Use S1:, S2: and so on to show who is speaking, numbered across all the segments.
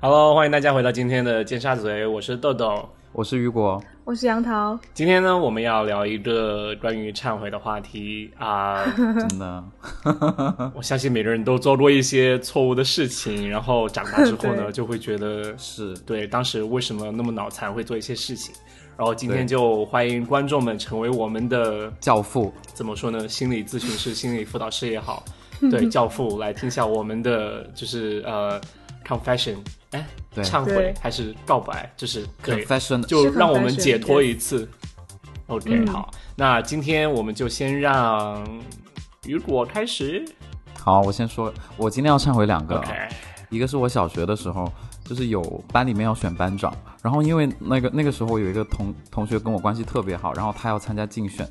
S1: Hello，欢迎大家回到今天的尖沙咀，我是豆豆。
S2: 我是雨果，
S3: 我是杨桃，
S1: 今天呢，我们要聊一个关于忏悔的话题啊。
S2: 真的，
S1: 我相信每个人都做过一些错误的事情，然后长大之后呢，
S3: 对
S1: 就会觉得
S2: 是
S1: 对当时为什么那么脑残会做一些事情。然后今
S2: 对
S1: 天就欢迎观众们成为我们的
S2: 教父，
S1: 怎么说呢？心理咨询师、心理辅导师也好，对教父来听一下我们的就是呃 confession，哎，
S2: 对
S1: 忏悔
S3: 对
S1: 还是告白，就是对
S2: confession，
S1: 就让我们
S3: confession，
S1: 解脱一次。OK，、
S3: 嗯
S1: 好，那今天我们就先让雨果开始。
S2: 好，我先说，我今天要忏悔两个
S1: OK，
S2: 一个是我小学的时候，就是有班里面要选班长，然后因为那个那个时候有一个同同学跟我关系特别好，然后他要参加竞选，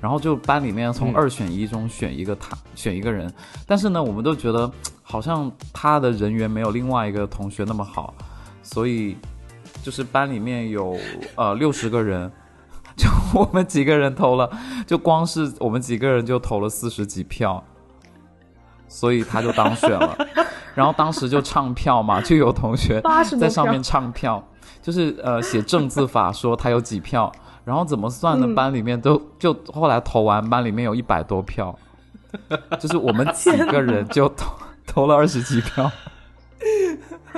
S2: 然后就班里面从
S1: 嗯
S2: 二选一中选一个他、选一个人，但是呢，我们都觉得好像他的人缘没有另外一个同学那么好，所以就是班里面有呃六十个人。 就我们几个人投了，就光是我们几个人就投了四十几票，所以他就当选 了。然后当时就唱票嘛，就有同学
S3: 八十
S2: 在
S3: 多
S2: 上
S3: 票
S2: 面，唱票，就是呃写正字法说他有几票，然后怎么算呢？
S3: 嗯
S2: 班里面都就后来投完，班里面有一百多票，就是我们几个人就投投了二十几票，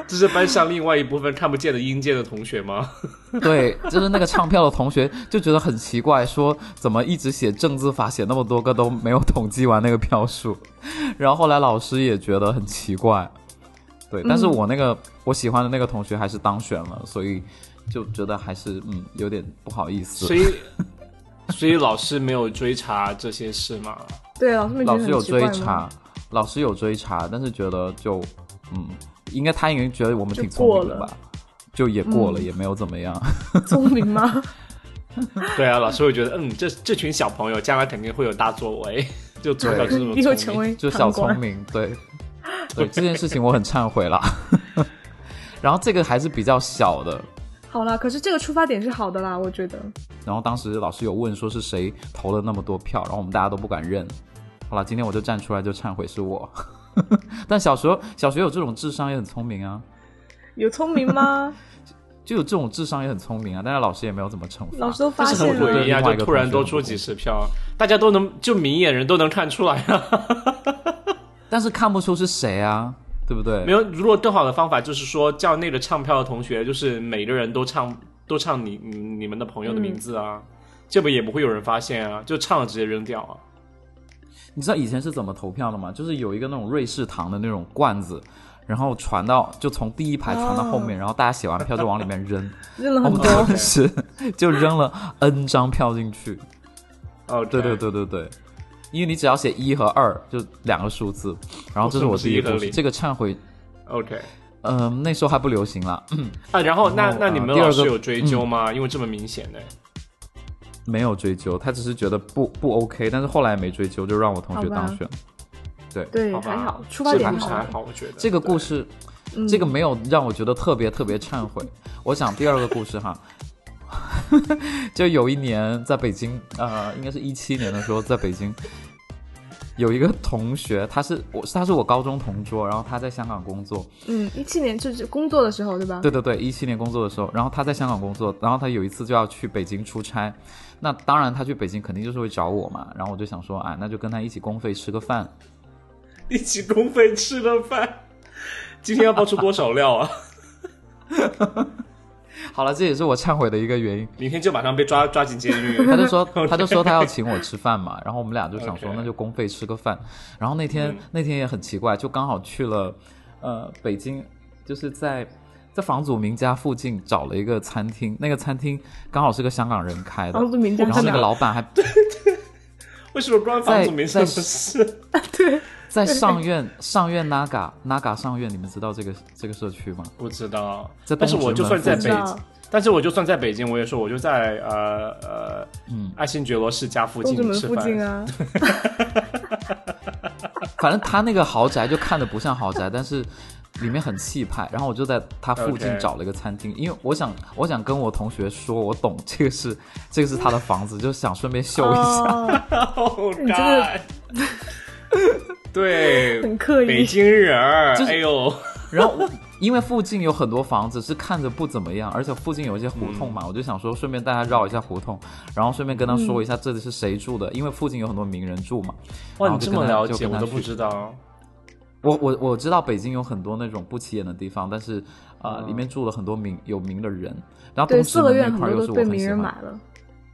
S1: 这是班上另外一部分看不见的阴间的同学吗？
S2: 对，就是那个唱票的同学就觉得很奇怪，说怎么一直写正字法写那么多个都没有统计完那个票数，然后后来老师也觉得很奇怪，对，但是我那个、我喜欢的那个同学还是当选了，所以就觉得还是嗯有点不好意思
S1: 所。以，所以老师没有追查这些事吗？
S3: 对哦老
S2: 老师
S3: 师们觉得很
S2: 有
S3: 奇怪
S2: 追
S3: 吗
S2: 查，老师有追查，但是觉得就嗯，应该他应该觉得我们
S3: 就
S2: 挺聪明
S3: 过
S2: 的
S3: 了
S2: 吧，就也过了，
S3: 嗯
S2: 也没有怎么样。
S3: 聪明吗？
S1: 对啊，老师会觉得，嗯，这这群小朋友将来肯定会有大作为， 就从小就这么
S3: 以后
S1: 聪
S3: 成
S1: 明。
S3: 为
S2: 就小
S3: 堂
S2: 聪
S3: 官，
S2: 明，对，对这件事情我很忏悔啦。 然后这个还是比较小的，
S3: 好啦，可是这个出发点是好的啦，我觉得。
S2: 然后当时老师有问说是谁投了那么多票，然后我们大家都不敢认。好了，今天我就站出来就忏悔是我。 但小时候小学有这种智商也很聪明啊，
S3: 有聪明 吗？
S2: 就有这种智商也很聪明啊，但是老师也没有怎么惩罚。
S3: 老师都
S1: 这
S3: 发
S1: 是
S3: 现
S1: 很
S2: 对
S1: 诡
S3: 了，
S1: 异啊！
S2: 另外一
S1: 就
S2: 个
S1: 突然
S2: 同学
S1: 多
S2: 很
S1: 出
S2: 不
S1: 几十票，大家都能就明眼人都能看出来啊。
S2: 但是看不出是谁啊，对不对？
S1: 没有，如果更好的方法就是说，叫那个唱票的同学，就是每个人都唱，都唱你你你们的朋友的名字啊，这不也不会有人发现啊，就唱了直接扔掉啊。
S2: 你知道以前是怎么投票的吗？就是有一个那种瑞士糖的那种罐子，然后传到就从第一排传到后
S3: 啊
S2: 面，然后大家写完票就往里面 扔。
S3: 认了
S2: 我
S3: 很
S2: 们
S3: 多。
S2: 当时就扔了 N 张票进去。
S1: 哦，
S2: 对对，对对对，因为你只要写一和二，就两个数字。然后这是我第一个
S1: 我
S2: 故
S1: 是
S2: 事，
S1: 1
S2: 这个忏悔，
S1: ，OK
S2: 嗯、那时候还不流行啦，
S1: 啊，然后那
S2: 然后
S1: 那你们
S2: 呃第二
S1: 老
S2: 个嗯
S1: 师有追究吗？因为这么明显呢，
S2: 没有追究，他只是觉得不不 OK，但是后来也没追究，就让我同学
S3: 好吧
S2: 当选。
S3: 对，
S1: 好吧
S3: 还好，出发
S1: 这
S3: 点
S1: 故
S3: 是
S1: 事
S3: 好
S1: 还
S3: 的。
S1: 好，我觉得
S2: 这个故
S1: 事
S2: 事，
S3: 嗯
S2: 这个没有让我觉得特别特别忏悔。我讲第二个故事哈， 就有一年在北京，呃，应该是一七年的时候，在北京有一个同学，他是我他是我高中同桌，然后他在香港工作，
S3: 嗯，一七年就是工作的时候，对吧？
S2: 对对对，一七年工作的时候，然后他在香港工作，然后他有一次就要去北京出差，那当然他去北京肯定就是会找我嘛，然后我就想说，哎，那就跟他一起公费吃个饭，
S1: 一起公费吃了饭，今天要爆出多少料啊？
S2: 好了，这也是我忏悔的一个原因。
S1: 明天就马上被抓抓进监狱。
S3: 嗯
S2: 他 就说，他就说他要请我吃饭嘛，然后我们俩就想说
S1: OK
S2: 那就公费吃个饭。然后那天、
S1: 嗯
S2: 那天也很奇怪，就刚好去了，呃，北京就是在在房祖名家附近找了一个餐厅，那个餐厅刚好是个香港人开的
S3: 房，祖名家
S2: 然后
S3: 在
S2: 那个
S3: 哪？
S2: 老板还
S1: 为什么关房
S2: 在
S1: 子没什么
S2: 在
S1: 事？
S3: 对，
S2: 在上院上院 Naga Naga 上院，你们知道这个这个社区吗？
S1: 不知道
S2: 在，
S1: 但
S2: 东
S1: 是
S2: 直
S1: 我
S2: 门
S1: 就算在
S2: 附
S1: 北
S2: 近
S3: 那
S1: 但是我就算在北京，我也说我就在呃呃，
S2: 嗯
S1: 爱新觉罗世家附
S3: 东
S1: 近
S3: 直门
S1: 吃
S3: 附
S1: 饭。
S3: 近啊，
S2: 反正他那个豪宅就看着不像豪宅，但是里面很气派。然后我就在他附近
S1: OK
S2: 找了一个餐厅因为我想我想跟我同学说，我懂这个是这个是他的房子，就想顺便秀一下。
S3: 哦，
S1: Oh
S3: 你真的
S1: God！对，
S3: 很刻
S1: 北
S3: 意。
S1: 京人儿，
S2: 就是
S1: 哎呦，
S2: 然后我因为附近有很多房子是看着不怎么样，而且附近有一些胡同嘛，我就想说顺便带他绕一下胡同，然后顺便跟他说一
S3: 嗯
S2: 下这里是谁住的，因为附近有很多名人住嘛。
S1: 哇，
S2: 然
S1: 你
S2: 后就
S1: 这
S2: 跟
S1: 么
S2: 他
S1: 了
S2: 就
S1: 解，
S2: 跟
S1: 我
S2: 他
S1: 都不
S2: 去
S1: 知道。
S2: 我我我知道北京有很多那种不起眼的地方，但是啊、呃
S1: 嗯
S2: 里面住了很多名有名的人，然后
S3: 对，
S2: 东直
S3: 四合
S2: 门
S3: 院
S2: 那
S3: 很
S2: 块儿
S3: 多
S2: 又是
S3: 都
S2: 我
S3: 被
S2: 很
S3: 名
S2: 喜
S3: 人
S2: 欢
S3: 买
S2: 的。
S3: 了。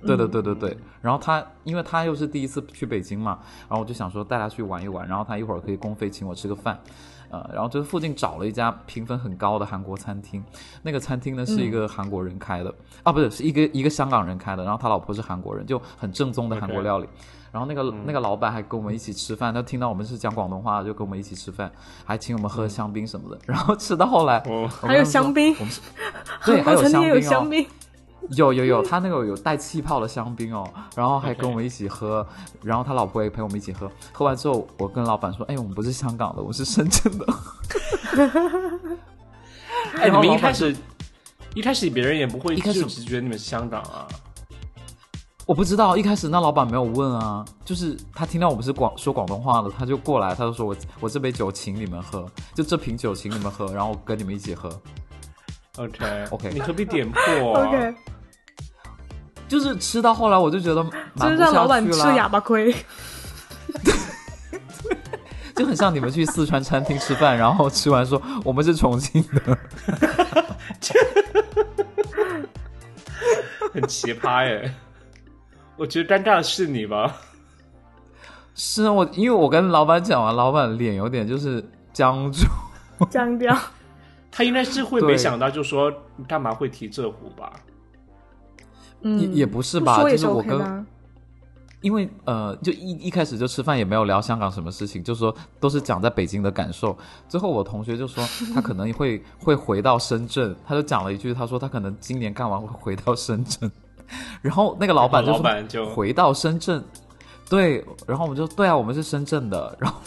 S2: 对对对对对，然后他因为他又是第一次去北京嘛，然后我就想说带他去玩一玩，然后他一会儿可以公费请我吃个饭，呃，然后就附近找了一家评分很高的韩国餐厅，那个餐厅呢是
S3: 嗯
S2: 一个韩国人开的、啊，不是是一个一个香港人开的，然后他老婆是韩国人，就很正宗的韩国
S1: OK
S2: 料理。然后那个、
S3: 嗯
S2: 那个老板还跟我们一起吃饭，他听到我们是讲广东话，就跟我们一起吃饭，还请我们喝香槟什么的。然后吃到后来，
S1: 哦
S2: 我
S3: 嗯还有
S2: 跟他们说
S3: 香槟
S2: 我们是对，
S3: 韩
S2: 还
S3: 国
S2: 有
S3: 曾
S2: 香
S3: 经也
S2: 槟
S3: 有
S2: 哦，
S3: 香槟，
S2: 有有有，他那个有带气泡的香槟哦，然后还跟我们一起喝然后他老婆也陪我们一起喝。喝完之后，我跟老板说：“哎，我们不是香港的，我是深圳的。
S1: 哎，你
S2: 然后
S1: 们一
S2: 老板
S1: 开始一开始别人也不会
S2: 一开始
S1: 就只觉得你们是香港啊。”
S2: 我不知道，一开始那老板没有问啊，就是他听到我们是广说广东话的，他就过来，他就说我我这杯酒请你们喝，就这瓶酒请你们喝，然后跟你们一起喝。
S1: OK
S2: OK
S1: 你何必点
S2: 哦
S1: 破啊
S3: OK，
S2: 就是吃到后来，我就觉得
S3: 就
S2: 蛮
S3: 是
S2: 不下
S3: 让
S2: 去
S3: 老板吃
S2: 啦
S3: 哑 巴亏。
S2: 就很像你们去四川餐厅吃饭，然后吃完说我们是重庆的。
S1: 很奇葩耶。我觉得尴尬的是你吧？
S2: 是啊，我因为我跟老板讲完，老板脸有点就是僵住。
S3: 僵掉，
S1: 他应该是会
S2: 对
S1: 没想到，就说你干嘛会提浙湖吧？
S3: 嗯，
S2: 也也不是吧
S3: 说也
S2: 就是我
S3: OK 的啊。
S2: 因为呃，就一一开始就吃饭也没有聊香港什么事情，就说都是讲在北京的感受。最后我同学就说他可能会 会回到深圳，他就讲了一句，他说他可能今年干完会回到深圳。 然后那个老板就
S1: 老
S2: 说
S1: 板就
S2: 回到深圳，对，然后我们就对啊，我们是深圳的， 然后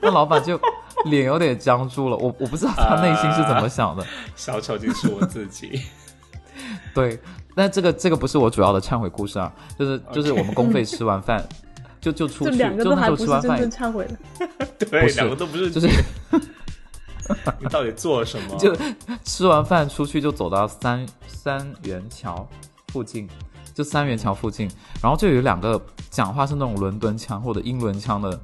S2: 那老板就脸有点僵住了，我我不知道他内心是怎么想的。
S1: 小丑竟是我自 己。
S2: 对，但这个这个不是我主要的忏悔故事啊，就是就是我们公费吃完饭， 就就出
S3: 这
S2: 去，
S3: 两个
S2: 就
S3: 都
S2: 那
S3: 还
S2: 时候
S3: 不
S2: 吃
S3: 是
S2: 完
S3: 真
S2: 饭
S3: 正，忏悔的，
S1: 对，
S2: 不是
S1: 两个都不是，
S2: 就是
S1: 你到底做了什么？
S2: 就吃完饭出去就走到三三元桥附近，就三元桥附近，然后就有两个讲话是那种伦敦腔或者英伦腔的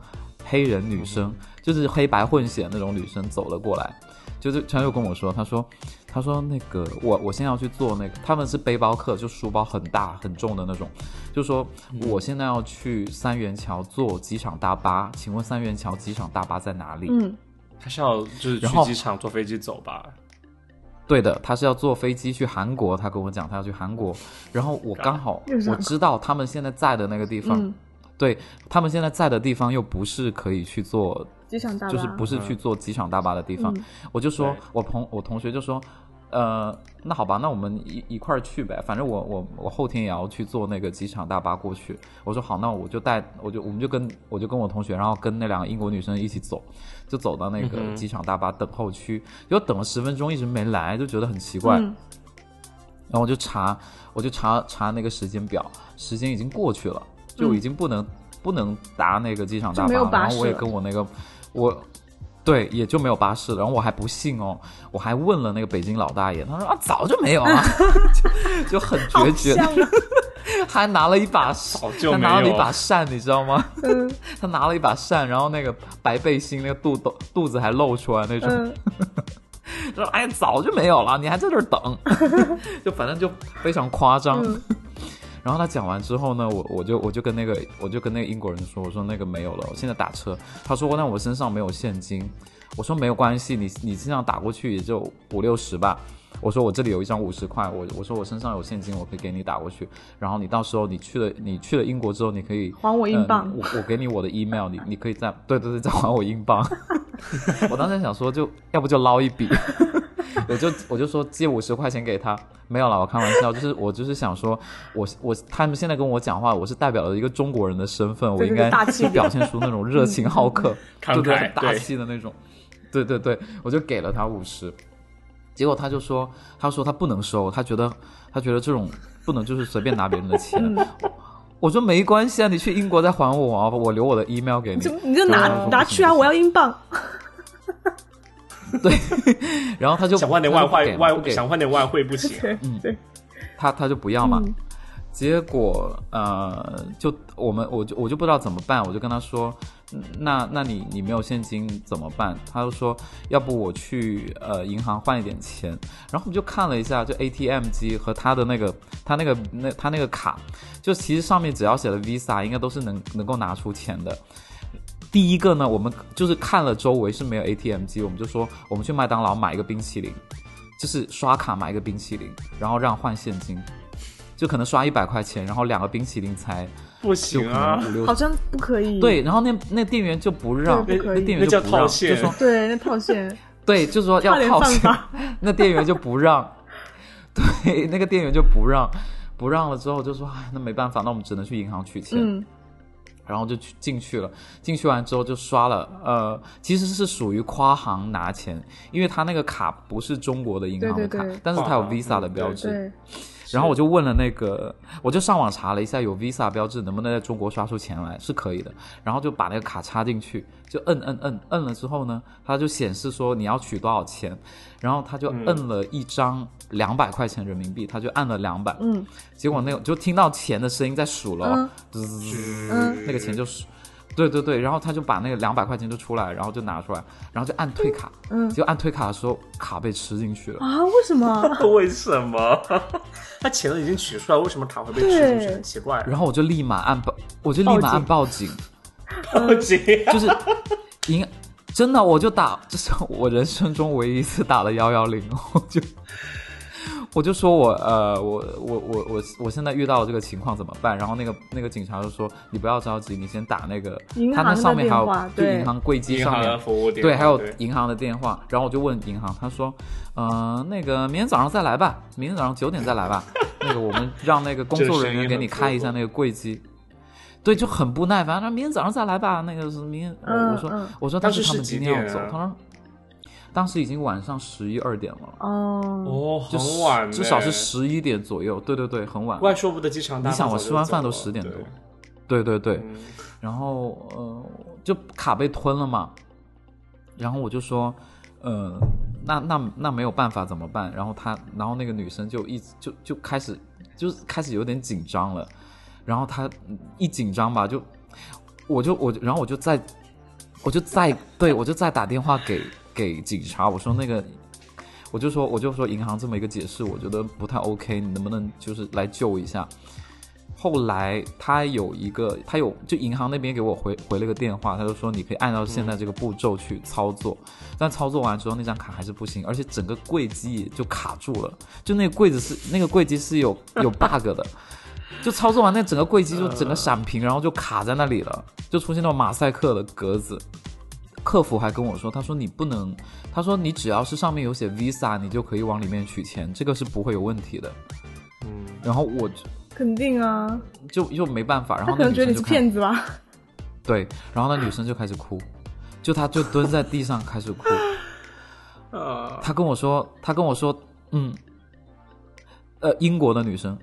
S2: 黑人女生，就是黑白混血那种女生走了过来，就是她就跟我说，她说她说那个我我现在要去做那个，他们是背包客，就书包很大很重的那种，就说我现在要去三元桥坐机场大巴，请问三元桥机场大巴在哪里？
S3: 嗯，
S1: 他是要就是去
S2: 然后
S1: 机场坐飞机走吧？
S2: 对的，他是要坐飞机去韩国，他跟我讲他要去韩国，然后我刚好
S3: 又是
S2: 我
S3: 韩国
S2: 知道他们现在在的那个地方，
S3: 嗯
S2: 对他们现在在的地方又不是可以去坐，
S3: 机场大巴
S2: 就是不是去坐机场大巴的地方，
S3: 嗯
S2: 我就说
S1: 嗯对
S2: 我朋我同学就说。呃，那好吧，那我们一一块儿去呗。反正我我我后天也要去坐那个机场大巴过去。我说好，那我就带，我就我们就跟我就跟我同学，然后跟那两个英国女生一起走，就走到那
S1: 嗯
S2: 个
S1: 哼
S2: 机场大巴等候区，就等了十分钟一直没来，就觉得很奇怪。
S3: 嗯
S2: 然后我就查，我就查查那个时间表，时间已经过去了，就已经不能、不能搭那个机场大
S3: 就
S2: 巴
S3: 没有
S2: 了。
S3: 巴
S2: 然后我也
S3: 士了
S2: 跟我那个我。对，也就没有巴士了。然后我还不信哦，我还问了那个北京老大爷，他说啊，早就没有啊， 就就很决绝，
S3: 好像啊
S2: 还拿了一把
S1: 早就
S2: 他
S1: 没
S2: 拿了一
S1: 有
S2: 把扇，你知道吗？
S3: 嗯
S2: 他拿了一把扇，然后那个白背心，那个肚兜肚子还露出来那种，
S3: 嗯，
S2: 就说：“哎，早就没有了，你还在这儿等。” 就反正就非常夸张。
S3: 嗯
S2: 然后他讲完之后呢，我我就我就跟那个我就跟那个英国人说，我说那个没有了，我现在打车。他说那我身上没有现金，我说没有关系，你你身上打过去也就五六十吧。我说我这里有一张五十块，我我说我身上有现金，我可以给你打过去。然后你到时候你去了你去了英国之后，你可以
S3: 还我英镑
S2: 嗯我我给你我的 email，你你可以再对对对再还我英镑。 我当时想说就要不就捞一笔。我就我就说借五十块钱给他，没有啦，我开玩笑，就是我就是想说，我我他们现在跟我讲话，我是代表了一个中国人的身份，我
S3: 对对
S2: 应该
S3: 对大气一点嗯
S2: 表现出那种热情好客、
S1: 慷
S2: 对对
S1: 慨
S2: 很大
S1: 对
S2: 气的那种，对对对，我就给了他五十，结果他就说，他说他不能收，他觉得他觉得这种不能就是随便拿别人的钱。
S3: 嗯
S2: 我说没关系啊，你去英国再还我啊，我留我的 email 给你。
S3: 就你就
S2: 结果他
S3: 拿
S2: 说
S3: 拿去啊，
S2: 不行
S3: 我要英镑。
S2: 然后他就
S1: 想换点
S2: 他
S1: 外
S2: 就不
S1: 坏
S2: 给嘛不
S1: 外，
S2: 给
S1: 想换点外汇不行。
S3: 对对，
S2: 他他就不要嘛。
S3: 嗯
S2: 结果呃，就我们我就我就不知道怎么办，我就跟他说，嗯那那你你没有现金怎么办？他就说，要不我去呃银行换一点钱。然后我们就看了一下，就 ATM 机和他的那个他那个那他那个卡，就其实上面只要写了 Visa，应该都是能能够拿出钱的。第一个呢，我们就是看了周围是没有 ATM 机，我们就说我们去麦当劳买一个冰淇淋，就是刷卡买一个冰淇淋，然后让换现金，就可能刷一百块钱，然后两个冰淇淋才
S1: 不
S2: 就
S1: 行
S2: 可
S1: 啊
S2: 能，五六
S3: 好像不可以。
S2: 嗯对，然后那那店员就不让，
S3: 对不可以
S2: 那店
S1: 那
S2: 员就
S1: 叫
S2: 不
S1: 套
S2: 让，就
S1: 现
S2: 说
S3: 对，那 套现
S2: 对，就说要
S3: 差点
S2: 套
S3: 犯
S2: 现
S3: 法，
S2: 那店员就不让，对，那个店员就不让，不让了之后就说，哎，那没办法，那我们只能去银行取钱，
S3: 嗯，
S2: 然后就去进去了，进去完之后就刷了，呃，其实是属于跨行拿钱，因为他那个卡不是中国的银行的
S3: 对对
S2: 卡，
S3: 对
S2: 但是它有
S1: 跨行
S2: Visa 的
S1: 嗯
S2: 标志，
S3: 对，
S2: 然后我就问了那个，我就上网查了一下，有 Visa 标志能不能在中国刷出钱来，是可以的。然后就把那个卡插进去，就摁摁摁摁了之后呢，它就显示说你要取多少钱，然后他就摁了一张两百块钱人民币，他就按了两百，
S3: 嗯，
S2: 结果那个就听到钱的声音在数了哦，滋滋滋滋
S3: 嗯
S2: 那个钱就数。对对对，然后他就把那个两百块钱就出来，然后就拿出来，然后就按退卡，
S3: 嗯
S2: 结果按退卡的时候卡被吃进去了，
S3: 啊，为什 么？
S1: 为什么？他钱都已经取出来，为什么卡会被吃进去？
S3: 对
S1: 很奇 怪。
S2: 然后我就立马按报，我就立马按报警，
S1: 报警！
S2: 就是银，真的我就打，这是我人生中唯一一次打了幺幺零，我就我就说我呃我我我我我现在遇到这个情况怎么办？然后那个那个警察就说你不要着急，你先打那个
S3: 银行的
S2: 他那上面还有
S3: 电话
S2: 就
S3: 对
S2: 银行柜机
S1: 银
S2: 上
S1: 行的
S2: 面。
S1: 服务点
S2: 对，还有银行的电话，然后我就问银行，他说，呃，那个明天早上再来吧，明天早上九点再 来吧，那个我们让那个工
S1: 这
S2: 作
S1: 声音
S2: 人员给
S1: 很
S2: 你
S1: 粗
S2: 开一下
S1: 犷
S2: 那个柜机，对，就很不耐烦。那明天早上再来吧。那个是明天，我、
S3: 嗯
S2: 我说、
S3: 嗯
S2: 我说，
S1: 当
S2: 但
S1: 时
S2: 是他
S1: 是
S2: 们
S1: 几
S2: 今天要
S1: 点
S2: 走，
S1: 啊
S2: 他说当时已经晚上十一二点了，
S3: 哦，
S1: 哦，
S2: 就
S1: 很晚呢，
S2: 至少是十一点左右。对对对，很晚。
S1: 怪说不得机场大妈
S2: 你
S1: 早就走了。
S2: 想，我吃完饭都十点多
S1: 对。
S2: 对对对，
S1: 嗯
S2: 然后呃，就卡被吞了嘛。然后我就说，呃，那那那没有办法怎么办？然后他，然后那个女生就一直就就开始就是开始有点紧张了。然后她嗯一紧张吧，就我就我就然后我就再我就再对我就再打电话给给警察，我说那个。我就说，我就说银行这么一个解释，我觉得不太 OK，你能不能就是来救一下？后来他有一个，他有就银行那边给我回回了个电话，他就说你可以按照现在这个步骤去操作，但操作完之后那张卡还是不行，而且整个柜机也就卡住了，就那个柜子是那个柜机是有有 bug 的，就操作完那整个柜机就整个闪屏，然后就卡在那里了，就出现那种马赛克的格子。客服还跟我说，他说你不能，他说你只要是上面有写 Visa，你就可以往里面取钱，这个是不会有问题的。
S1: 嗯，
S2: 然后我
S3: 肯定啊，
S2: 就就没办法，然
S3: 他
S2: 后
S3: 可
S2: 那
S3: 能
S2: 女
S3: 觉得
S2: 生
S3: 你
S2: 就是开始
S3: 骗子吧？
S2: 对，然后那女生就开始哭，就她就蹲在地上开始 哭，
S1: 呃，
S2: 她跟我说，她跟我说，嗯，呃，英国的女生，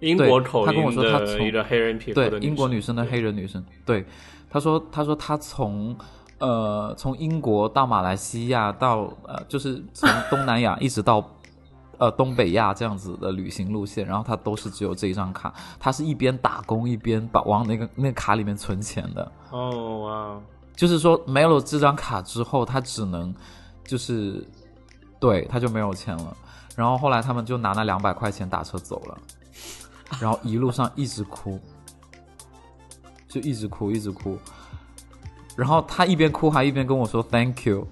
S1: 英国口
S2: 他跟我
S1: 音
S2: 说他
S1: 的
S2: 从
S1: 一个黑人皮肤
S2: 对
S1: 的，
S2: 英国
S1: 女
S2: 女生的黑人女生，对，她说，她说她从。呃，从英国到马来西亚，到呃，就是从东南亚一直到呃东北亚这样子的旅行路线，然后她都是只有这一张卡，她是一边打工一边把往那个那个卡里面存钱的，
S1: 生。哦哇，
S2: 就是说没有了这张卡之后，他只能就是对他就没有钱了。然后后来他们就拿那两百块钱打车走了，然后一路上一直哭，就一直哭一直哭。然后他一边哭还一边跟我说 “thank you”，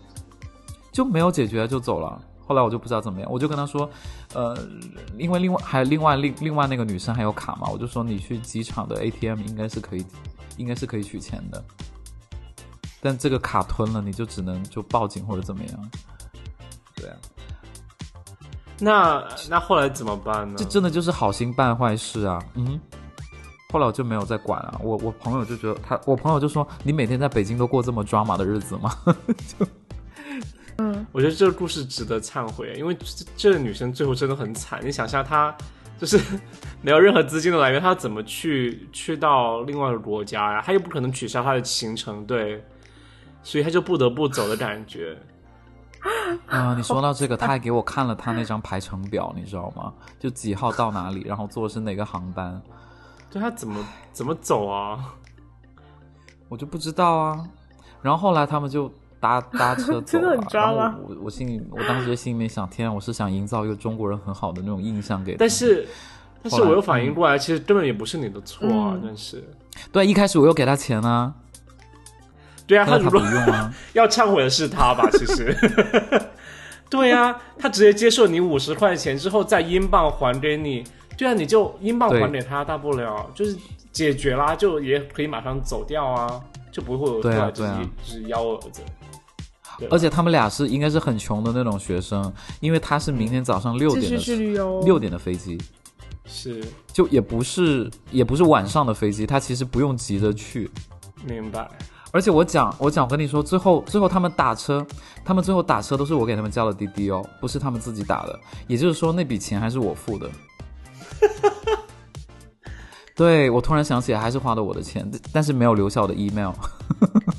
S2: 就没有解决就走了。后来我就不知道怎么样，我就跟他说，呃，因为另外还有另外另另外那个女生还有卡嘛，我就说你去机场的 ATM 应该是可以，应该是可以取钱的。但这个卡吞了，你就只能就报警或者怎么样。对啊，
S1: 那那后来怎么办呢
S2: 这？真的就是好心办坏事啊。嗯，后来我就没有再管了。我我朋友就觉得他，我朋友就说你每天在北京都过这么抓马的日子吗？
S1: 我觉得这个故事值得忏悔，因为这这个女生最后真的很惨。你想象她就是 没有任何资金的来源，她怎么去去到另外一个国家呀、她又不可能取消她的行程，对。所以他就不得不走的感 觉。
S2: 啊、你说到这个，他还给我看了他那张排程表，你知道吗？就几号到哪里，然后坐的是哪个航班，
S1: 对他怎么怎么走啊？
S2: 我就不知道啊。然后后来他们就搭搭车走
S3: 真的
S2: 了
S3: 很，
S2: 然
S3: 抓
S2: 后
S3: 吗
S2: 我我心里，我当时就心里面想，天啊，我是想营造一个中国人很好的那种印象给他们。
S1: 但是但是
S2: 后来嗯
S1: 我又反应过来，其实根本也不是你的错啊，
S3: 嗯
S1: 真是。
S2: 对，啊一开始我又给他钱啊，
S1: 对啊，
S2: 但
S1: 他
S2: 是他
S1: 如
S2: 不
S1: 果
S2: 用啊。
S1: 要忏悔的是他 吧？其实，对啊，他直接接受你五十块钱之后，再英镑还给你。对啊，你就英镑
S2: 对
S1: 还给他，大不了就是解决啦，就也可以马上走掉啊，就不会有
S2: 对啊
S1: 后来就
S2: 对
S1: 是
S2: 啊
S1: 就是幺蛾子。对吧
S2: 而且他们俩是应该是很穷的那种学生，因为他是明天早上六
S3: 继
S2: 点
S3: 续去
S2: 的
S3: 旅游，
S2: 六点的飞机，
S1: 是
S2: 就也不是也不是晚上的飞机，他其实不用急着去。
S1: 明白，
S2: 而且我讲我讲，我跟你说，最后最后他们打车，他们最后打车都是我给他们叫的滴滴哦，不是他们自己打的，也就是说那笔钱还是我付的。 对，我突然想起来，还是花的我的钱，但是没有留下我的 email。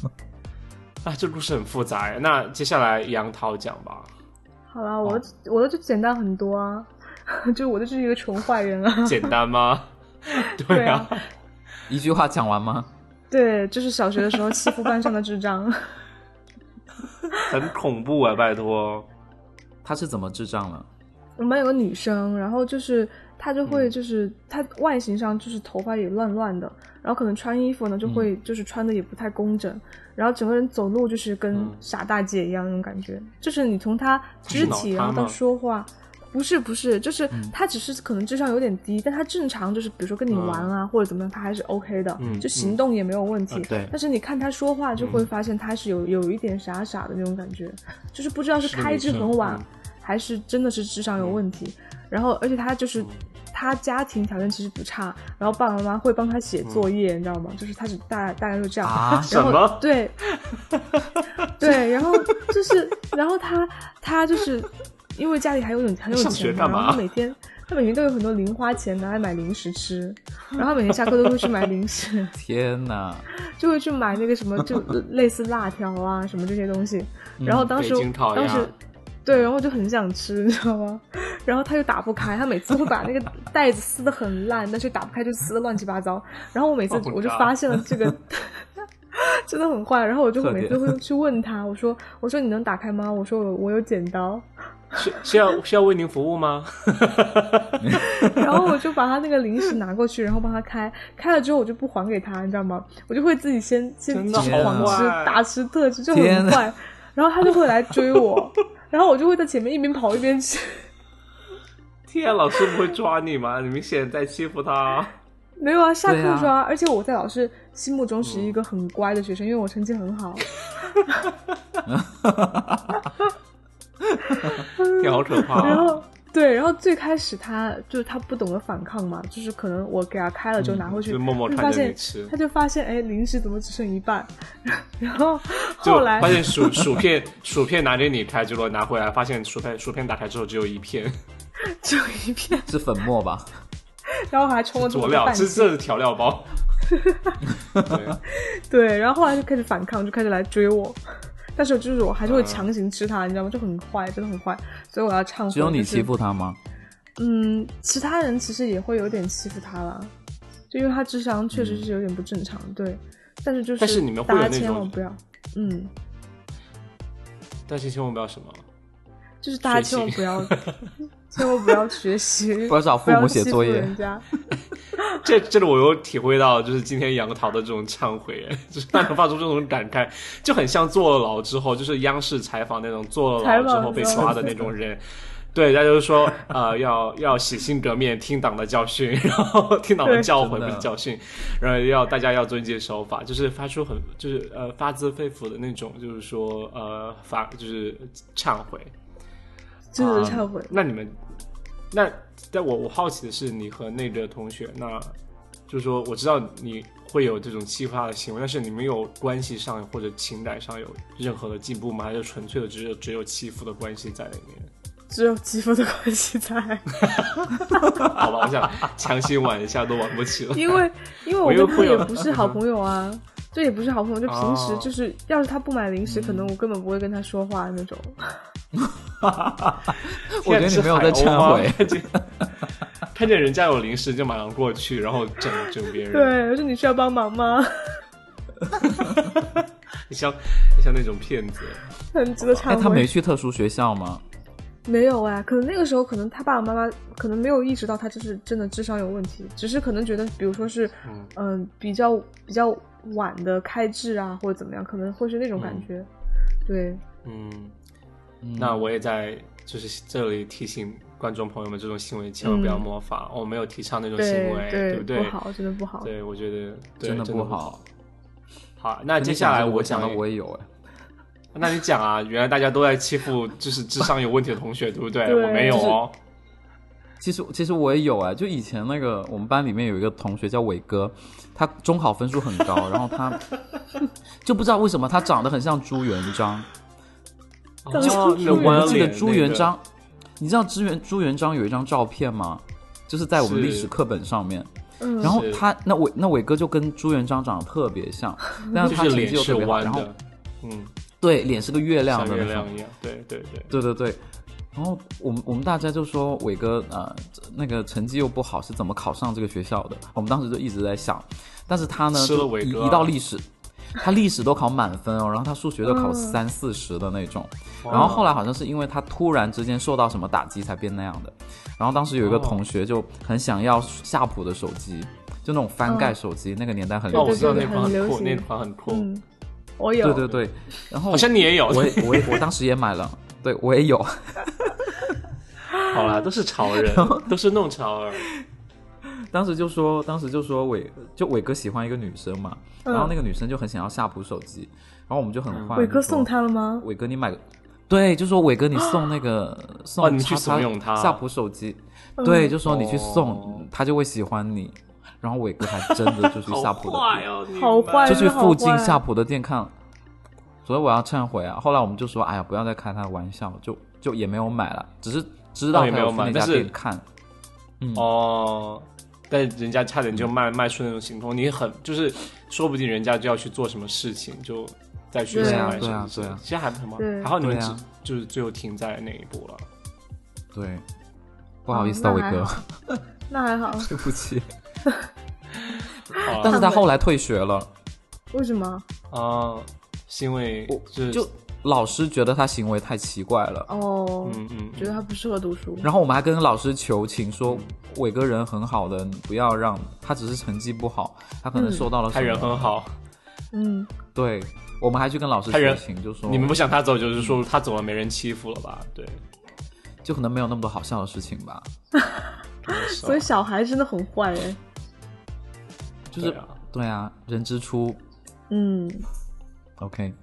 S1: 啊，这故事很复杂。那接下来杨桃讲 吧，
S3: 好啦，我的
S2: 哦
S3: 我的就简单很多啊， 就我的就是一个穷坏人啊。
S1: 简单 吗？对
S3: 对
S1: 啊
S3: 啊，
S2: 一句话讲完吗？
S3: 对，就是小学的时候欺负班上的智障。
S1: 很恐怖啊，拜托。
S2: 他是怎么智障了？
S3: 我们班有个女生，然后就是她就
S1: 嗯
S3: 会就是、她外形上就是头发也乱乱的，然后可能穿衣服呢
S1: 嗯
S3: 就会就是穿的也不太工整，然后整个人走路就是跟
S1: 嗯
S3: 傻大姐一样那种感觉，就是你从她肢
S1: 她是
S3: 体
S1: 脑瘫
S3: 然后到
S1: 吗嗯
S3: 说话。不是不是，就是她只是可能智商有点低，但她正常就是比如说跟你玩啊、或者怎么样，她还是 OK 的，
S1: 嗯
S3: 就行动也没有问题。
S1: 啊对嗯
S3: 但是你看她说话就会发现她是有、有一点傻傻的那种感觉，就是不知道是
S1: 是的
S3: 开
S1: 没
S3: 支
S1: 错
S3: 很晚，
S1: 嗯
S3: 还是真的是智商有问题。然后，而且他
S1: 嗯
S3: 就是他家庭条件其实不差，然后爸爸妈妈会帮他写作业，你知道吗？就是他是大大概就这样。
S2: 啊
S3: 然
S1: 嗯什
S3: 后
S1: 么
S3: 对 对，然后就是，然后他他就是因为家里还有点很有
S1: 上学
S3: 钱嘛，
S1: 干嘛
S3: 然后他每天他每天都有很多零花钱拿来买零食吃，然后他每天下课都会去买零食。
S2: 天哪！
S3: 就会去买那个什么，就类似辣条啊什么这些东西。然后当时、
S1: 嗯北京烤鸭
S3: 当时对，然后就很想吃，你知道吗？然后他又打不开，他每次会把那个袋子撕得很烂，但是打不开就撕得乱七八糟。然后我每次
S1: Oh my
S3: 我就
S1: God
S3: 发现了 这个。真的很坏，然后我就
S2: 特
S3: 每
S2: 点
S3: 次会去问他，我说我说你能打开吗？我说我我有剪刀，
S1: 是是要是要为您服务吗？
S3: 然后我就把他那个零食拿过去，然后帮他开，开了之后我就不还给他，你知道吗？我就会自己先先
S1: 真的
S3: 狂
S2: 好
S3: 吃
S1: 坏、
S3: 大吃特吃，就
S2: 天
S3: 很
S2: 哪
S3: 坏。然后他就会来追 我，然后我就会在前面一边跑一边吃。
S1: 天啊，老师不会抓你吗？你明显在欺负他。
S3: 没有啊，下课
S2: 对啊
S3: 抓，而且我在老师心目中是一个很乖的学生，因为我成绩很好。
S1: 你好可怕、
S3: 然
S1: 啊！
S3: 后对，然后最开始他就是他不懂得反抗嘛，就是可能我给他开了之后拿回去，
S1: 嗯就默默
S3: 就
S1: 看
S3: 发
S1: 着你
S3: 现
S1: 吃，
S3: 他就发现哎零食怎么只剩一半， 然后
S1: 就
S3: 后来
S1: 发现薯薯片薯片拿给你开，结果拿回来发现薯片薯片打开之后只有一片
S3: 只有一片，
S2: 是粉末吧？
S3: 然后还啊冲了这
S1: 佐
S3: 么多
S1: 料，
S3: 半
S1: 这
S3: 斤，
S1: 这是调料包。 对
S3: 对，然后后来就开始反抗，就开始来追我。 但是就是我还是会强行吃它，你知道吗？就很坏，真的很坏，所以我要忏悔。
S2: 只有你
S3: 就是
S2: 欺负他吗？
S3: 嗯，其他人其实也会有点欺负他啦，就因为他智商确实是有点不正常，对。但是就是，
S1: 但是你们会
S3: 大
S1: 有
S3: 家
S1: 那
S3: 千
S1: 种
S3: 万不要，嗯，
S1: 但是千万不要什么，
S3: 就是大家
S1: 学习
S3: 千万不要， 千万不要学习，
S2: 不要找父母写作业
S3: 不要欺负人家。
S1: 这这里我有体会到，就是今天杨桃的这种忏悔， 就是他能发出这种感慨，就很像坐了牢之后，就是央视采访那种坐了牢之后被抓的那种人。对，他就是说，呃，要要洗心革面，听党的教训， 然后听党的
S3: 对
S1: 教诲，
S2: 真
S1: 不
S2: 的
S1: 是教训，然后要大家要遵纪守法，就是发出很就是呃发自肺腑的那种，就是说呃发就是忏悔，
S3: 这就是忏悔。
S1: 那你们，那但我我好奇的是，你和那个同学，那就是说，我知道你会有这种欺负他的行为，但是你们有关系上或者情感上有任何的进步吗？还是纯粹的只有只有欺负的关系在里面？
S3: 只有欺负的关系在，
S1: 好吧，我想强行挽一下都挽不起了。
S3: 因为因为我
S1: 我又
S3: 跟他
S1: 会有
S3: 也不是好朋友啊，就也不是好朋友，就平时
S1: 哦
S3: 就是，要是他不买零食，可能我根本不会跟他说话的那种。
S2: 我觉得你没有在
S1: 天
S2: 忏 悔哎
S1: 啊这海鸥吗 看见人家有零食就马上过去，然后整整别人。，
S3: 对，我说你需要帮忙吗？
S1: 你像你像那种骗子，
S3: 很值得忏
S2: 哎，
S3: 悔。
S2: 他没去特殊学校吗？
S3: 没有哎，可能那个时候可能他爸爸妈妈可能没有意识到他这是真的智商有问题，只是可能觉得，比如说是，
S1: 嗯
S3: 嗯、比较比较晚的开智啊，或者怎么样，可能会是那种感觉。对，
S1: 嗯，
S2: 嗯
S1: 那我也在就是这里提醒观众朋友们，这种行为千万不要模仿，
S2: 嗯
S1: 我没有提倡那种行为，
S3: 对
S1: 不对？
S3: 不好，真的不好。
S1: 对，我觉得对
S2: 真的
S1: 不
S2: 不。好。哎
S1: 好，那
S2: 跟你
S1: 接下
S2: 讲
S1: 来
S2: 这个我
S1: 讲
S2: 想到
S1: 一
S2: 我也有哎，
S1: 那你讲啊，原来大家都在欺负就是智商有问题的同学，对不对？
S3: 对
S1: 我没有哦，
S2: 其实其实我也有哎，就以前那个我们班里面有一个同学叫伟哥，他中考分数很高，然后他就不知道为什么他长得很像朱元 璋，
S3: 就是
S1: 哦那个
S2: 我
S1: 弯
S2: 们记得
S1: 脸
S2: 朱
S1: 那
S2: 元
S1: 个
S2: 璋，你知道朱元朱元璋有一张照片吗？就是在我
S1: 是
S2: 们历史课本上面，
S3: 嗯，
S2: 然后
S1: 是
S2: 他那伟那伟哥就跟朱元璋长得特别像，但
S1: 就
S2: 他
S1: 是
S2: 成
S1: 脸
S2: 绩又
S1: 是
S2: 特别好，
S1: 弯
S2: 然后
S1: 的，嗯，
S2: 对脸是个月亮
S1: 像
S2: 的
S1: 月
S2: 那种，
S1: 亮一样，对对对，
S2: 对对对，然后我们我们大家就说伟哥呃这那个成绩又不好，是怎么考上这个学校的？我们当时就一直在想，但是他呢，
S1: 吃了
S2: 就
S1: 伟
S2: 一
S1: 哥
S2: 一到历史，他历史都考满分哦，然后他数学都考
S3: 嗯
S2: 三四十的那种，然后后来好像是因为他突然之间受到什么打击才变那样的。然后当时有一个
S1: 哦
S2: 同学就很想要夏普的手机，就那种翻盖
S3: 嗯
S2: 手机，那个年代很
S1: 哦，
S2: 流
S1: 我知道
S2: 行
S1: 那
S2: 的。
S1: 款
S3: 很流
S1: 酷，
S3: 行
S1: 那款很酷，
S3: 嗯，我有，
S2: 对对对，然后
S1: 好像你也有，
S2: 我也我也我当时也买了，对我也有。
S1: 好啦，都是潮 人，都是弄潮 儿，
S2: 当时就说，当时就说伟，就伟哥喜欢一个女生嘛，
S3: 嗯
S2: 然后那个女生就很想要夏普手机，然后我们就
S1: 嗯
S2: 很坏，
S3: 伟哥
S2: 就说
S3: 送，他了吗？
S2: 伟哥你买个，对，就说伟哥你送那个送
S1: 哦你去
S2: 叉叉
S1: 怂恿他
S2: 夏普手机，
S3: 嗯
S2: 对，就说你去
S1: 哦
S2: 送，他就会喜欢你。然后伟哥还真的就去夏
S1: 好
S2: 普的
S1: 坏
S2: 店，
S1: 哦，你
S3: 好坏
S2: 就去附近
S3: 真的好坏
S2: 夏普的店看，所以我要忏悔啊。后来我们就说，哎呀，不要再开他的玩笑，就就也没有买了，只是知
S1: 哦
S2: 道他
S1: 也没有
S2: 去
S1: 买
S2: 那
S1: 但
S2: 家
S1: 是
S2: 店看，嗯，
S1: 哦，但人家差点就迈迈出那种行动，你很就是说不定人家就要去做什么事情，就再去
S3: 对
S1: 想
S3: 啊
S1: 买什么事
S2: 对啊对啊
S1: 其实还很忙，
S3: 对
S1: 还好你们
S2: 对
S1: 只
S2: 啊
S1: 就是最后停在那一步了。
S2: 对，不好意思
S3: 嗯那
S2: 啊，伟
S3: 还
S2: 哥。
S3: 好那还好，
S2: 对 不起。
S1: 好
S2: 但
S1: 啊
S2: 是他后来退学了，
S3: 为什么？
S1: 啊，是因为
S2: 我
S1: 就是
S2: 就老师觉得他行为太奇怪了，
S3: 哦，
S1: 嗯嗯，
S3: 觉得他不适合读书。
S2: 然后我们还跟老师求情说，伟哥人很好的，你不要让他只是成绩不好，他可能
S3: 嗯
S2: 受到了什
S1: 他
S2: 么。
S1: 人很好，
S3: 嗯，
S2: 对，我们还去跟老师
S1: 他
S2: 求
S1: 人
S2: 情，就说
S1: 你们不想他走，就是说他走了没人欺负了吧？对，
S2: 就可能没有那么多好笑的事情吧，
S1: 真的是
S3: 所以小孩真的很坏哎。
S2: 就是
S1: 对啊
S2: 对啊，人之初
S3: 嗯，
S2: ，OK，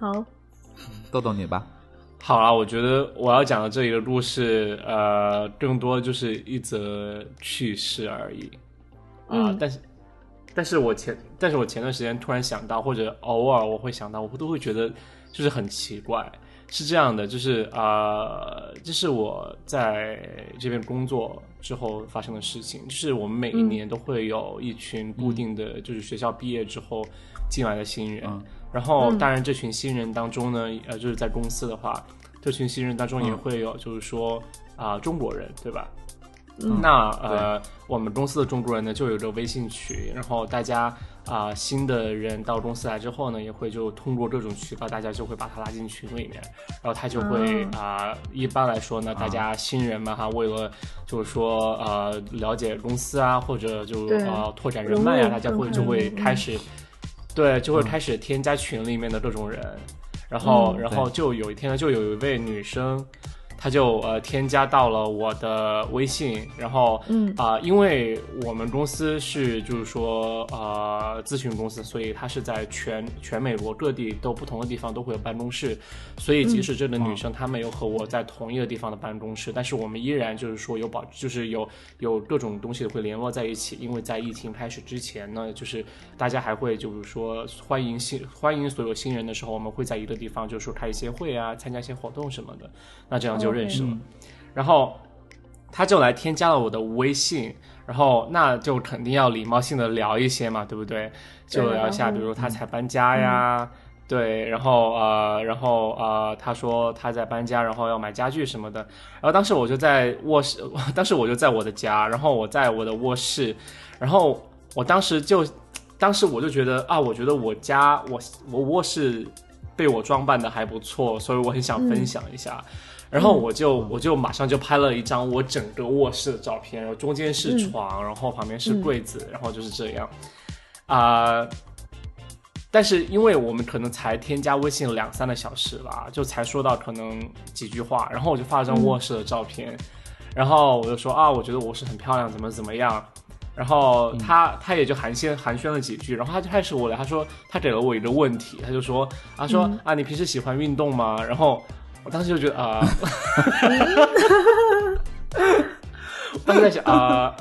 S3: 好，
S2: 豆豆你吧，
S1: 好啦，我觉得我要讲的这里的故事，呃，更多就是一则趣事而已啊、
S3: 嗯
S1: 但是，但是我前，但是我前段时间突然想到，或者偶尔我会想到，我都会觉得就是很奇怪。是这样的，就是呃，这是我在这边工作之后发生的事情。就是我们每一
S3: 嗯
S1: 年都会有一群固定的，就是学校毕业之后进来的新人。
S2: 嗯
S1: 然后，
S3: 嗯
S1: 当然这群新人当中呢，呃，就是在公司的话，这群新人当中也
S2: 嗯
S1: 会有，就是说啊、中国人对吧？
S3: 嗯
S1: 那呃，我们公司的中国人呢，就有着微信群，然后大家啊、新的人到公司来之后呢，也会就通过各种渠道，大家就会把他拉进群里面，然后他就会
S3: 嗯
S1: 啊、一般来说呢，大家新人嘛哈，为了就是说呃了解公司啊，或者就
S3: 对
S1: 呃拓展人脉啊，
S3: 融入
S1: 大家
S3: 更
S1: 会
S3: 快
S1: 就会
S3: 融入
S1: 开始，对，就会开始添加群里面的各种人，然后
S3: 嗯
S1: 然后就有一天呢，就有一位女生。他就呃添加到了我的微信，然后
S3: 嗯
S1: 啊、因为我们公司是就是说呃咨询公司，所以它是在全全美国各地都不同的地方都会有办公室，所以即使这个女生她没有和我在同一个地方的办公室，但是我们依然就是说有保就是有有各种东西会联络在一起，因为在疫情开始之前呢，就是大家还会就是说欢迎新欢迎所有新人的时候，我们会在一个地方就是说开一些会啊，参加一些活动什么的，那这样就认识了。然后他就来添加了我的微信，然后那就肯定要礼貌性的聊一些嘛，对不对？就聊一下，比如他才搬家呀，对，然后呃，然后呃，他说他在搬家，然后要买家具什么的。然后当时我就在卧室， 当时我就在我的家，然后我在我的卧室，然后我当时就，当时我就觉得啊，我觉得我家我我卧室被我装扮的还不错，所以我很想分享一下。然后我就、我就马上就拍了一张我整个卧室的照片，然后中间是床，然后旁边是柜子，然后就是这样，啊、但是因为我们可能才添加微信两三个小时吧，就才说到可能几句话，然后我就发了张卧室的照片，然后我就说啊，我觉得我是很漂亮，怎么怎么样。然后他、他也就寒暄寒暄了几句，然后他就开始我了，他说他给了我一个问题，他就说他说、啊你平时喜欢运动吗？然后我当时就觉得啊，当时在 想啊。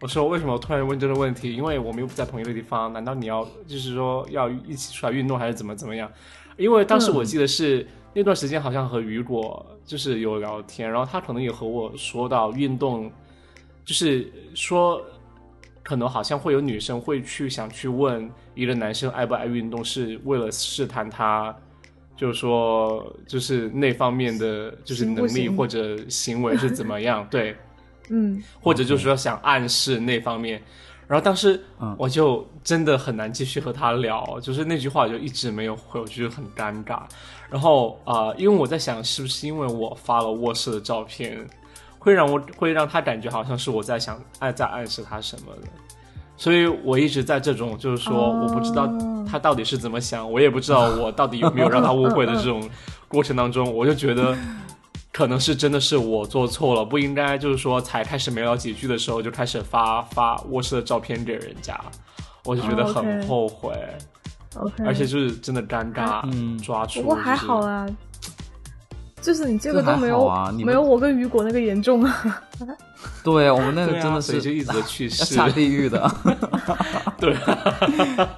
S1: 我说为什么我突然问这个问题？因为我们又不在同一个地方，难道你要就是说要一起出来运动还是怎么怎么样？因为当时我记得是、那段时间好像和雨果就是有聊天，然后他可能也和我说到运动，就是说可能好像会有女生会去想去问一个男生爱不爱运动，是为了试探他。就是说，就是那方面的就是
S3: 行不
S1: 能力
S3: 行
S1: 或者行为是怎么样？对，
S3: 嗯，
S1: 或者就是说想暗示那方面。然后当时
S2: 嗯
S1: 我就真的很难继续和他聊，就是那句话我就一直没有回，我就觉得很尴尬。然后啊、呃因为我在想是不是因为我发了卧室的照片，会让我会让他感觉好像是我在想暗在暗示他什么的，所以我一直在这种就是说
S3: 哦
S1: 我不知道他到底是怎么想，我也不知道我到底有没有让他误会的这种过程当中，我就觉得。可能是真的是我做错了，不应该就是说才开始没聊几句的时候就开始发发卧室的照片给人家，我就觉得
S3: 哦，OK
S1: 很后悔，
S3: OK，
S1: 而且就是真的尴尬，
S2: 嗯
S1: 抓住。
S3: 不过还好啊
S1: 就是
S3: 啦，就是你这个都没有、
S2: 这还好啊你们
S3: 没有我跟雨果那个严重啊。
S2: 对我们那个
S1: 对啊
S2: 真的
S1: 所以
S2: 是
S1: 就一直的去
S2: 要
S1: 世，
S2: 下地狱的。
S1: 对。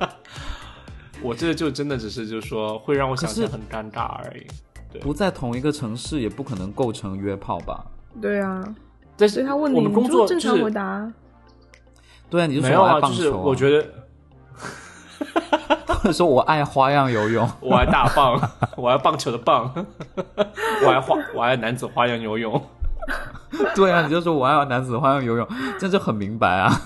S1: 我这就真的只是就是说会让我想起来
S2: 可
S1: 很尴尬而已，
S2: 不在同一个城市，也不可能构成约炮吧？
S3: 对啊，
S1: 但
S3: 所
S1: 是
S3: 以他问你，
S1: 我们工
S3: 你就
S1: 作
S3: 正
S1: 就
S3: 常
S1: 是
S3: 回答。
S2: 对啊，你就
S1: 没
S2: 说
S1: 有
S2: 我爱
S1: 啊，
S2: 棒
S1: 就是
S2: 球、
S1: 我觉得
S2: 得，或 者说我爱花样游泳。
S1: 我爱大棒， 我爱棒球的棒， 我爱花，我爱男子花样游泳。
S2: 对啊，你就说我爱男子花样游泳，这就很明白啊。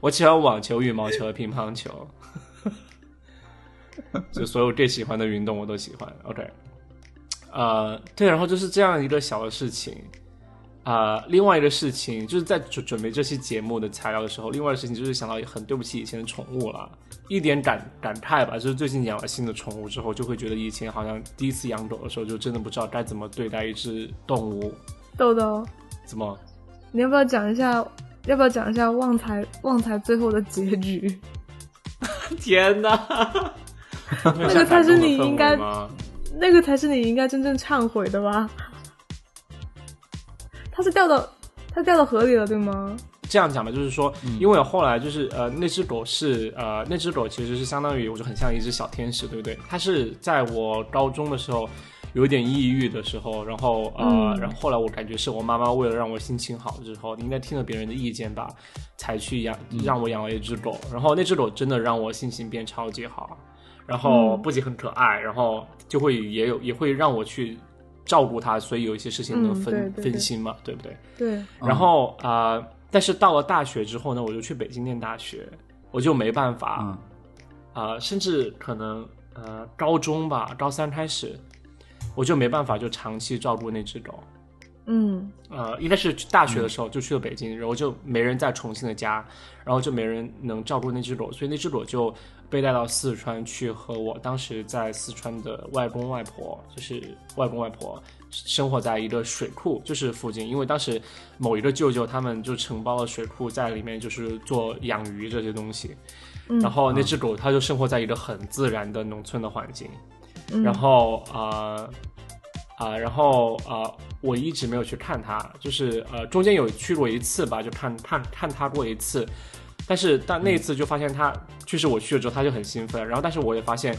S1: 我喜欢网球、羽毛球和乒乓球，就所有最喜欢的运动我都喜欢。OK，呃，对，然后就是这样一个小的事情。啊、另外一个事情就是在准准备这期节目的材料的时候，另外的事情就是想到很对不起以前的宠物了，一点感感慨吧。就是最近养了新的宠物之后，就会觉得以前好像第一次养狗的时候，就真的不知道该怎么对待一只动物，
S3: 豆豆，
S1: 怎么
S3: 你要不要讲一下？要不要讲一下旺财旺财最后的结局？
S1: 天哪！那
S3: 个才是你应该那个才是你应该真正忏悔的吧？ 他是掉到他掉到河里了，对吗？
S1: 这样讲吧，就是说，
S3: 嗯
S1: 因为后来就是呃，那只狗是呃，那只狗其实是相当于我就很像一只小天使，对不对？它是在我高中的时候有一点抑郁的时候，然后呃，
S3: 嗯
S1: 然后后来我感觉是我妈妈为了让我心情好之后，应该听了别人的意见吧，才去养
S3: 嗯
S1: 让我养了一只狗，然后那只狗真的让我心情变超级好，然后
S3: 嗯
S1: 不仅很可爱，然后就会也有也会让我去照顾它，所以有一些事情能
S3: 嗯
S1: 分、
S3: 对对对
S1: 分心嘛，对不对？
S3: 对，
S1: 然后啊、呃但是到了大学之后呢，我就去北京念大学，我就没办法
S2: 嗯
S1: 啊、，呃甚至可能呃高中吧，高三开始，我就没办法就长期照顾那只狗。
S3: 嗯，
S1: 呃，应该是大学的时候就去了北京，然后就没人在重庆的家，然后就没人能照顾那只狗，所以那只狗就被带到四川去和我当时在四川的外公外婆，就是外公外婆生活在一个水库，就是附近，因为当时某一个舅舅他们就承包了水库，在里面就是做养鱼这些东西，
S3: 嗯
S1: 然后那只狗它就生活在一个很自然的农村的环境，
S3: 嗯
S1: 然后呃啊、然后呃，我一直没有去看它，就是呃中间有去过一次吧，就看看看它过一次，
S3: 嗯
S1: 但是但那一次就发现它，确实我去了之后它就很兴奋，然后但是我也发现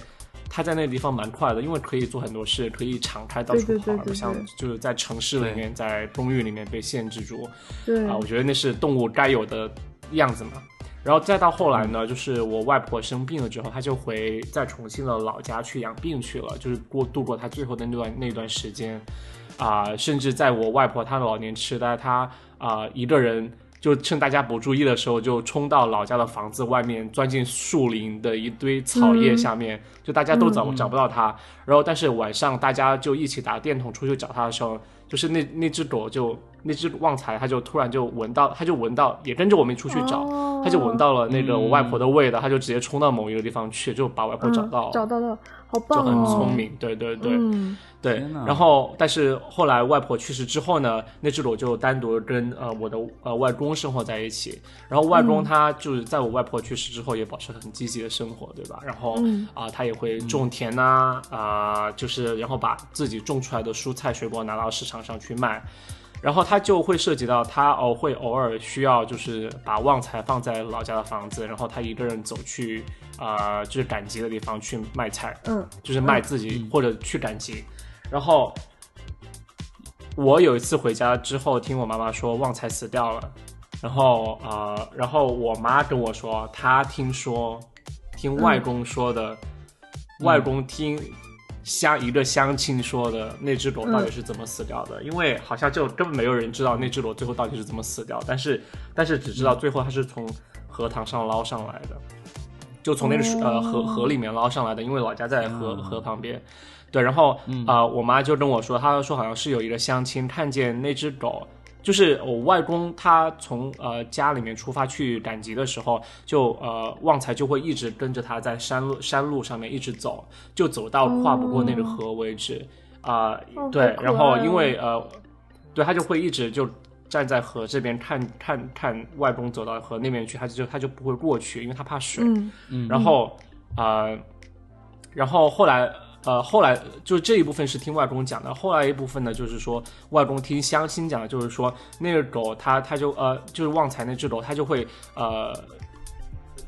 S1: 他在那个地方蛮快的，因为可以做很多事，可以敞开到处
S3: 对对
S1: 跑，
S3: 对
S1: 而不
S3: 对
S1: 像
S3: 对
S1: 就是在城市里面，在公寓里面被限制住。
S3: 对
S1: 啊，我觉得那是动物该有的样子嘛。然后再到后来呢，就是我外婆生病了之后，她就回在重庆的老家去养病去了，就是过度过她最后的那段那段时间，啊、甚至在我外婆她的老年痴呆，她啊、一个人就趁大家不注意的时候，就冲到老家的房子外面，钻进树林的一堆草叶下面，就大家都找、找不到她。然后但是晚上大家就一起打电筒出去找它的时候，就是那那只狗就那只旺财，它就突然就闻到，它就闻到也跟着我们出去找，
S3: 哦
S1: 它就闻到了那个我外婆的味道，它就直接冲到某一个地方去，就把外婆找到
S3: 嗯
S1: 了，
S3: 找到了，好
S1: 就
S3: 棒
S1: 很
S3: 哦，
S1: 聪明，对对对。
S3: 嗯，
S1: 对
S2: 天哪，
S1: 然后但是后来外婆去世之后呢，那只狗就单独跟呃我的呃外公生活在一起。然后外
S2: 嗯
S1: 公他就是在我外婆去世之后也保持很积极的生活，对吧？然后啊、
S3: 嗯
S1: 他也会种田呐、啊，就是然后把自己种出来的蔬菜水果拿到市场上去卖。然后他就会涉及到他偶会偶尔需要就是把旺财放在老家的房子，然后他一个人走去啊、就是赶集的地方去卖菜，
S3: 嗯，
S1: 就是卖自己或者去赶集。然后我有一次回家之后，听我妈妈说旺财死掉了，然后呃，然后我妈跟我说，她听说听外
S3: 嗯
S1: 公说的，外公听。乡一个乡亲说的那只狗
S3: 嗯
S1: 到底是怎么死掉的？因为好像就根本没有人知道那只狗最后到底是怎么死掉，但是但是只知
S3: 嗯
S1: 道最后它是从荷塘上捞上来的，就从那个水、
S3: 哦
S1: 呃河河
S3: 嗯
S1: 里面捞上来的，因为老家在河、
S3: 啊
S1: 河旁边。对，然后
S3: 嗯
S1: 啊、呃我妈就跟我说，她说好像是有一个乡亲看见那只狗，就是呃我外公他从呃家里面出发去赶集的时候，就呃旺财就会一直跟着他在山路山路上面一直走，就走到跨不过那个河为止。啊、
S3: 哦
S1: 对
S3: 好，可
S1: 然后
S3: 爱哦
S1: 因为呃，对他就会一直就站在河这边看看看外公走到河那边去，他就他就不会过去，因为他怕水。
S3: 嗯
S1: 然后呃，然后后来呃，后来就这一部分是听外公讲的，后来一部分呢就是说外公听乡亲讲的，就是说那个狗它它就呃就是旺财那只狗，它就会呃。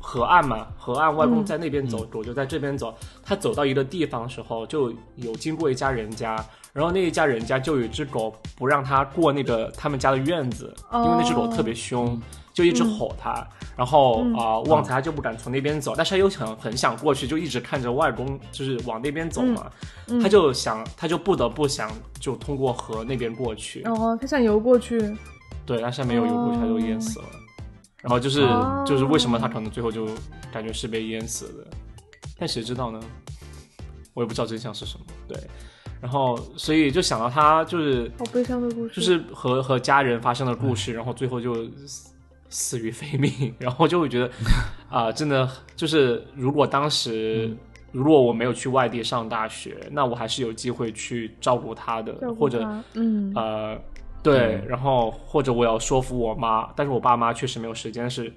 S1: 河岸嘛，河岸外
S3: 嗯
S1: 公在那边走，狗就在这边走。他走到一个地方的时候，就有经过一家人家，然后那一家人家就有一只狗不让他过那个他们家的院子，因为那只狗
S3: 哦
S1: 特别凶，就一直吼他。然后
S3: 嗯
S1: 啊、旺财他就不敢从那边走，但是他又想很想过去，就一直看着外公就是往那边走嘛，
S3: 嗯
S1: 他就想他就不得不想就通过河那边过去，
S3: 哦，他想游过去，
S1: 对，但是他没有游过去，
S3: 哦
S1: 他就淹死了。然后就是、
S3: 哦
S1: 就是为什么他可能最后就感觉是被淹死的，但谁知道呢？我也不知道真相是什么。对，然后所以就想到他就是
S3: 好悲伤的故事，
S1: 就是和和家人发生的故事，然后最后就死死于非命， 然后就会觉得啊、真的就是如果当时、
S3: 嗯
S1: 如果我没有去外地上大学，那我还是有机会去照顾他的，
S3: 照顾
S1: 或者
S3: 他嗯
S1: 呃，对，然后或者我要说服我妈，但是我爸妈确实没有时间，是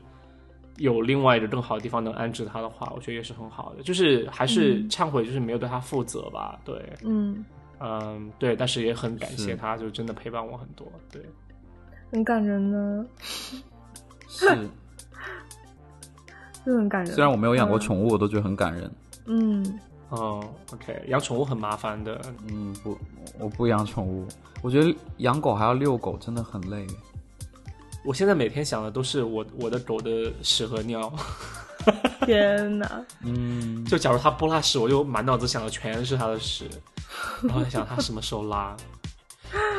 S1: 有另外一个更好的地方能安置他的话，我觉得也是很好的，就是还是忏悔，就是没有对他负责吧，对，
S3: 嗯，
S1: 嗯，对，但是也很感谢
S2: 是
S1: 他，就真的陪伴我很多。对，
S3: 很感人呢，
S2: 是，
S3: 真的很感人。
S2: 虽然我没有养过宠物，我都觉得很感人。
S3: 嗯，
S1: 嗯，OK，养宠物很麻烦的，
S2: 嗯，不，我不养宠物，我觉得养狗还要遛狗真的很累。
S1: 我现在每天想的都是我我的狗的屎和尿，
S3: 天哪，
S2: 嗯，
S1: 就假如它不拉屎，我就满脑子想的全是它的屎，然后在想它什么时候拉。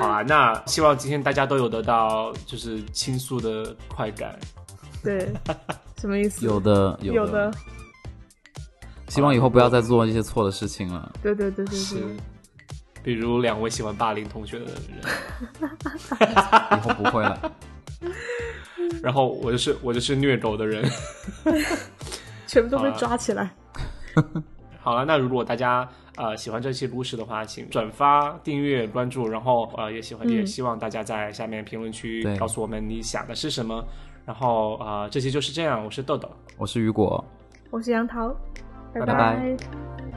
S1: 好啊，那希望今天大家都有得到就是倾诉的快感。
S3: 对，什么意思？
S2: 有的，有的，
S3: 有的，
S2: 希望以后不要再做一些错的事情了。
S3: 对对对
S2: 嗯
S3: 对
S1: 是
S3: 对，，
S1: 比如两位喜欢霸凌同学的人，
S2: 以后不会了。
S1: 然后我就是我就是虐狗的人。
S3: 全部都被抓起来。
S1: 好了，那如果大家呃喜欢这期故事的话，请转发、订阅、关注，然后呃也喜欢、也
S3: 嗯
S1: 希望大家在下面评论区
S2: 对
S1: 告诉我们你想的是什么。然后啊、呃这期就是这样，我是豆豆。
S2: 我是雨果。
S3: 我是杨桃，
S1: 拜
S2: 拜
S3: 拜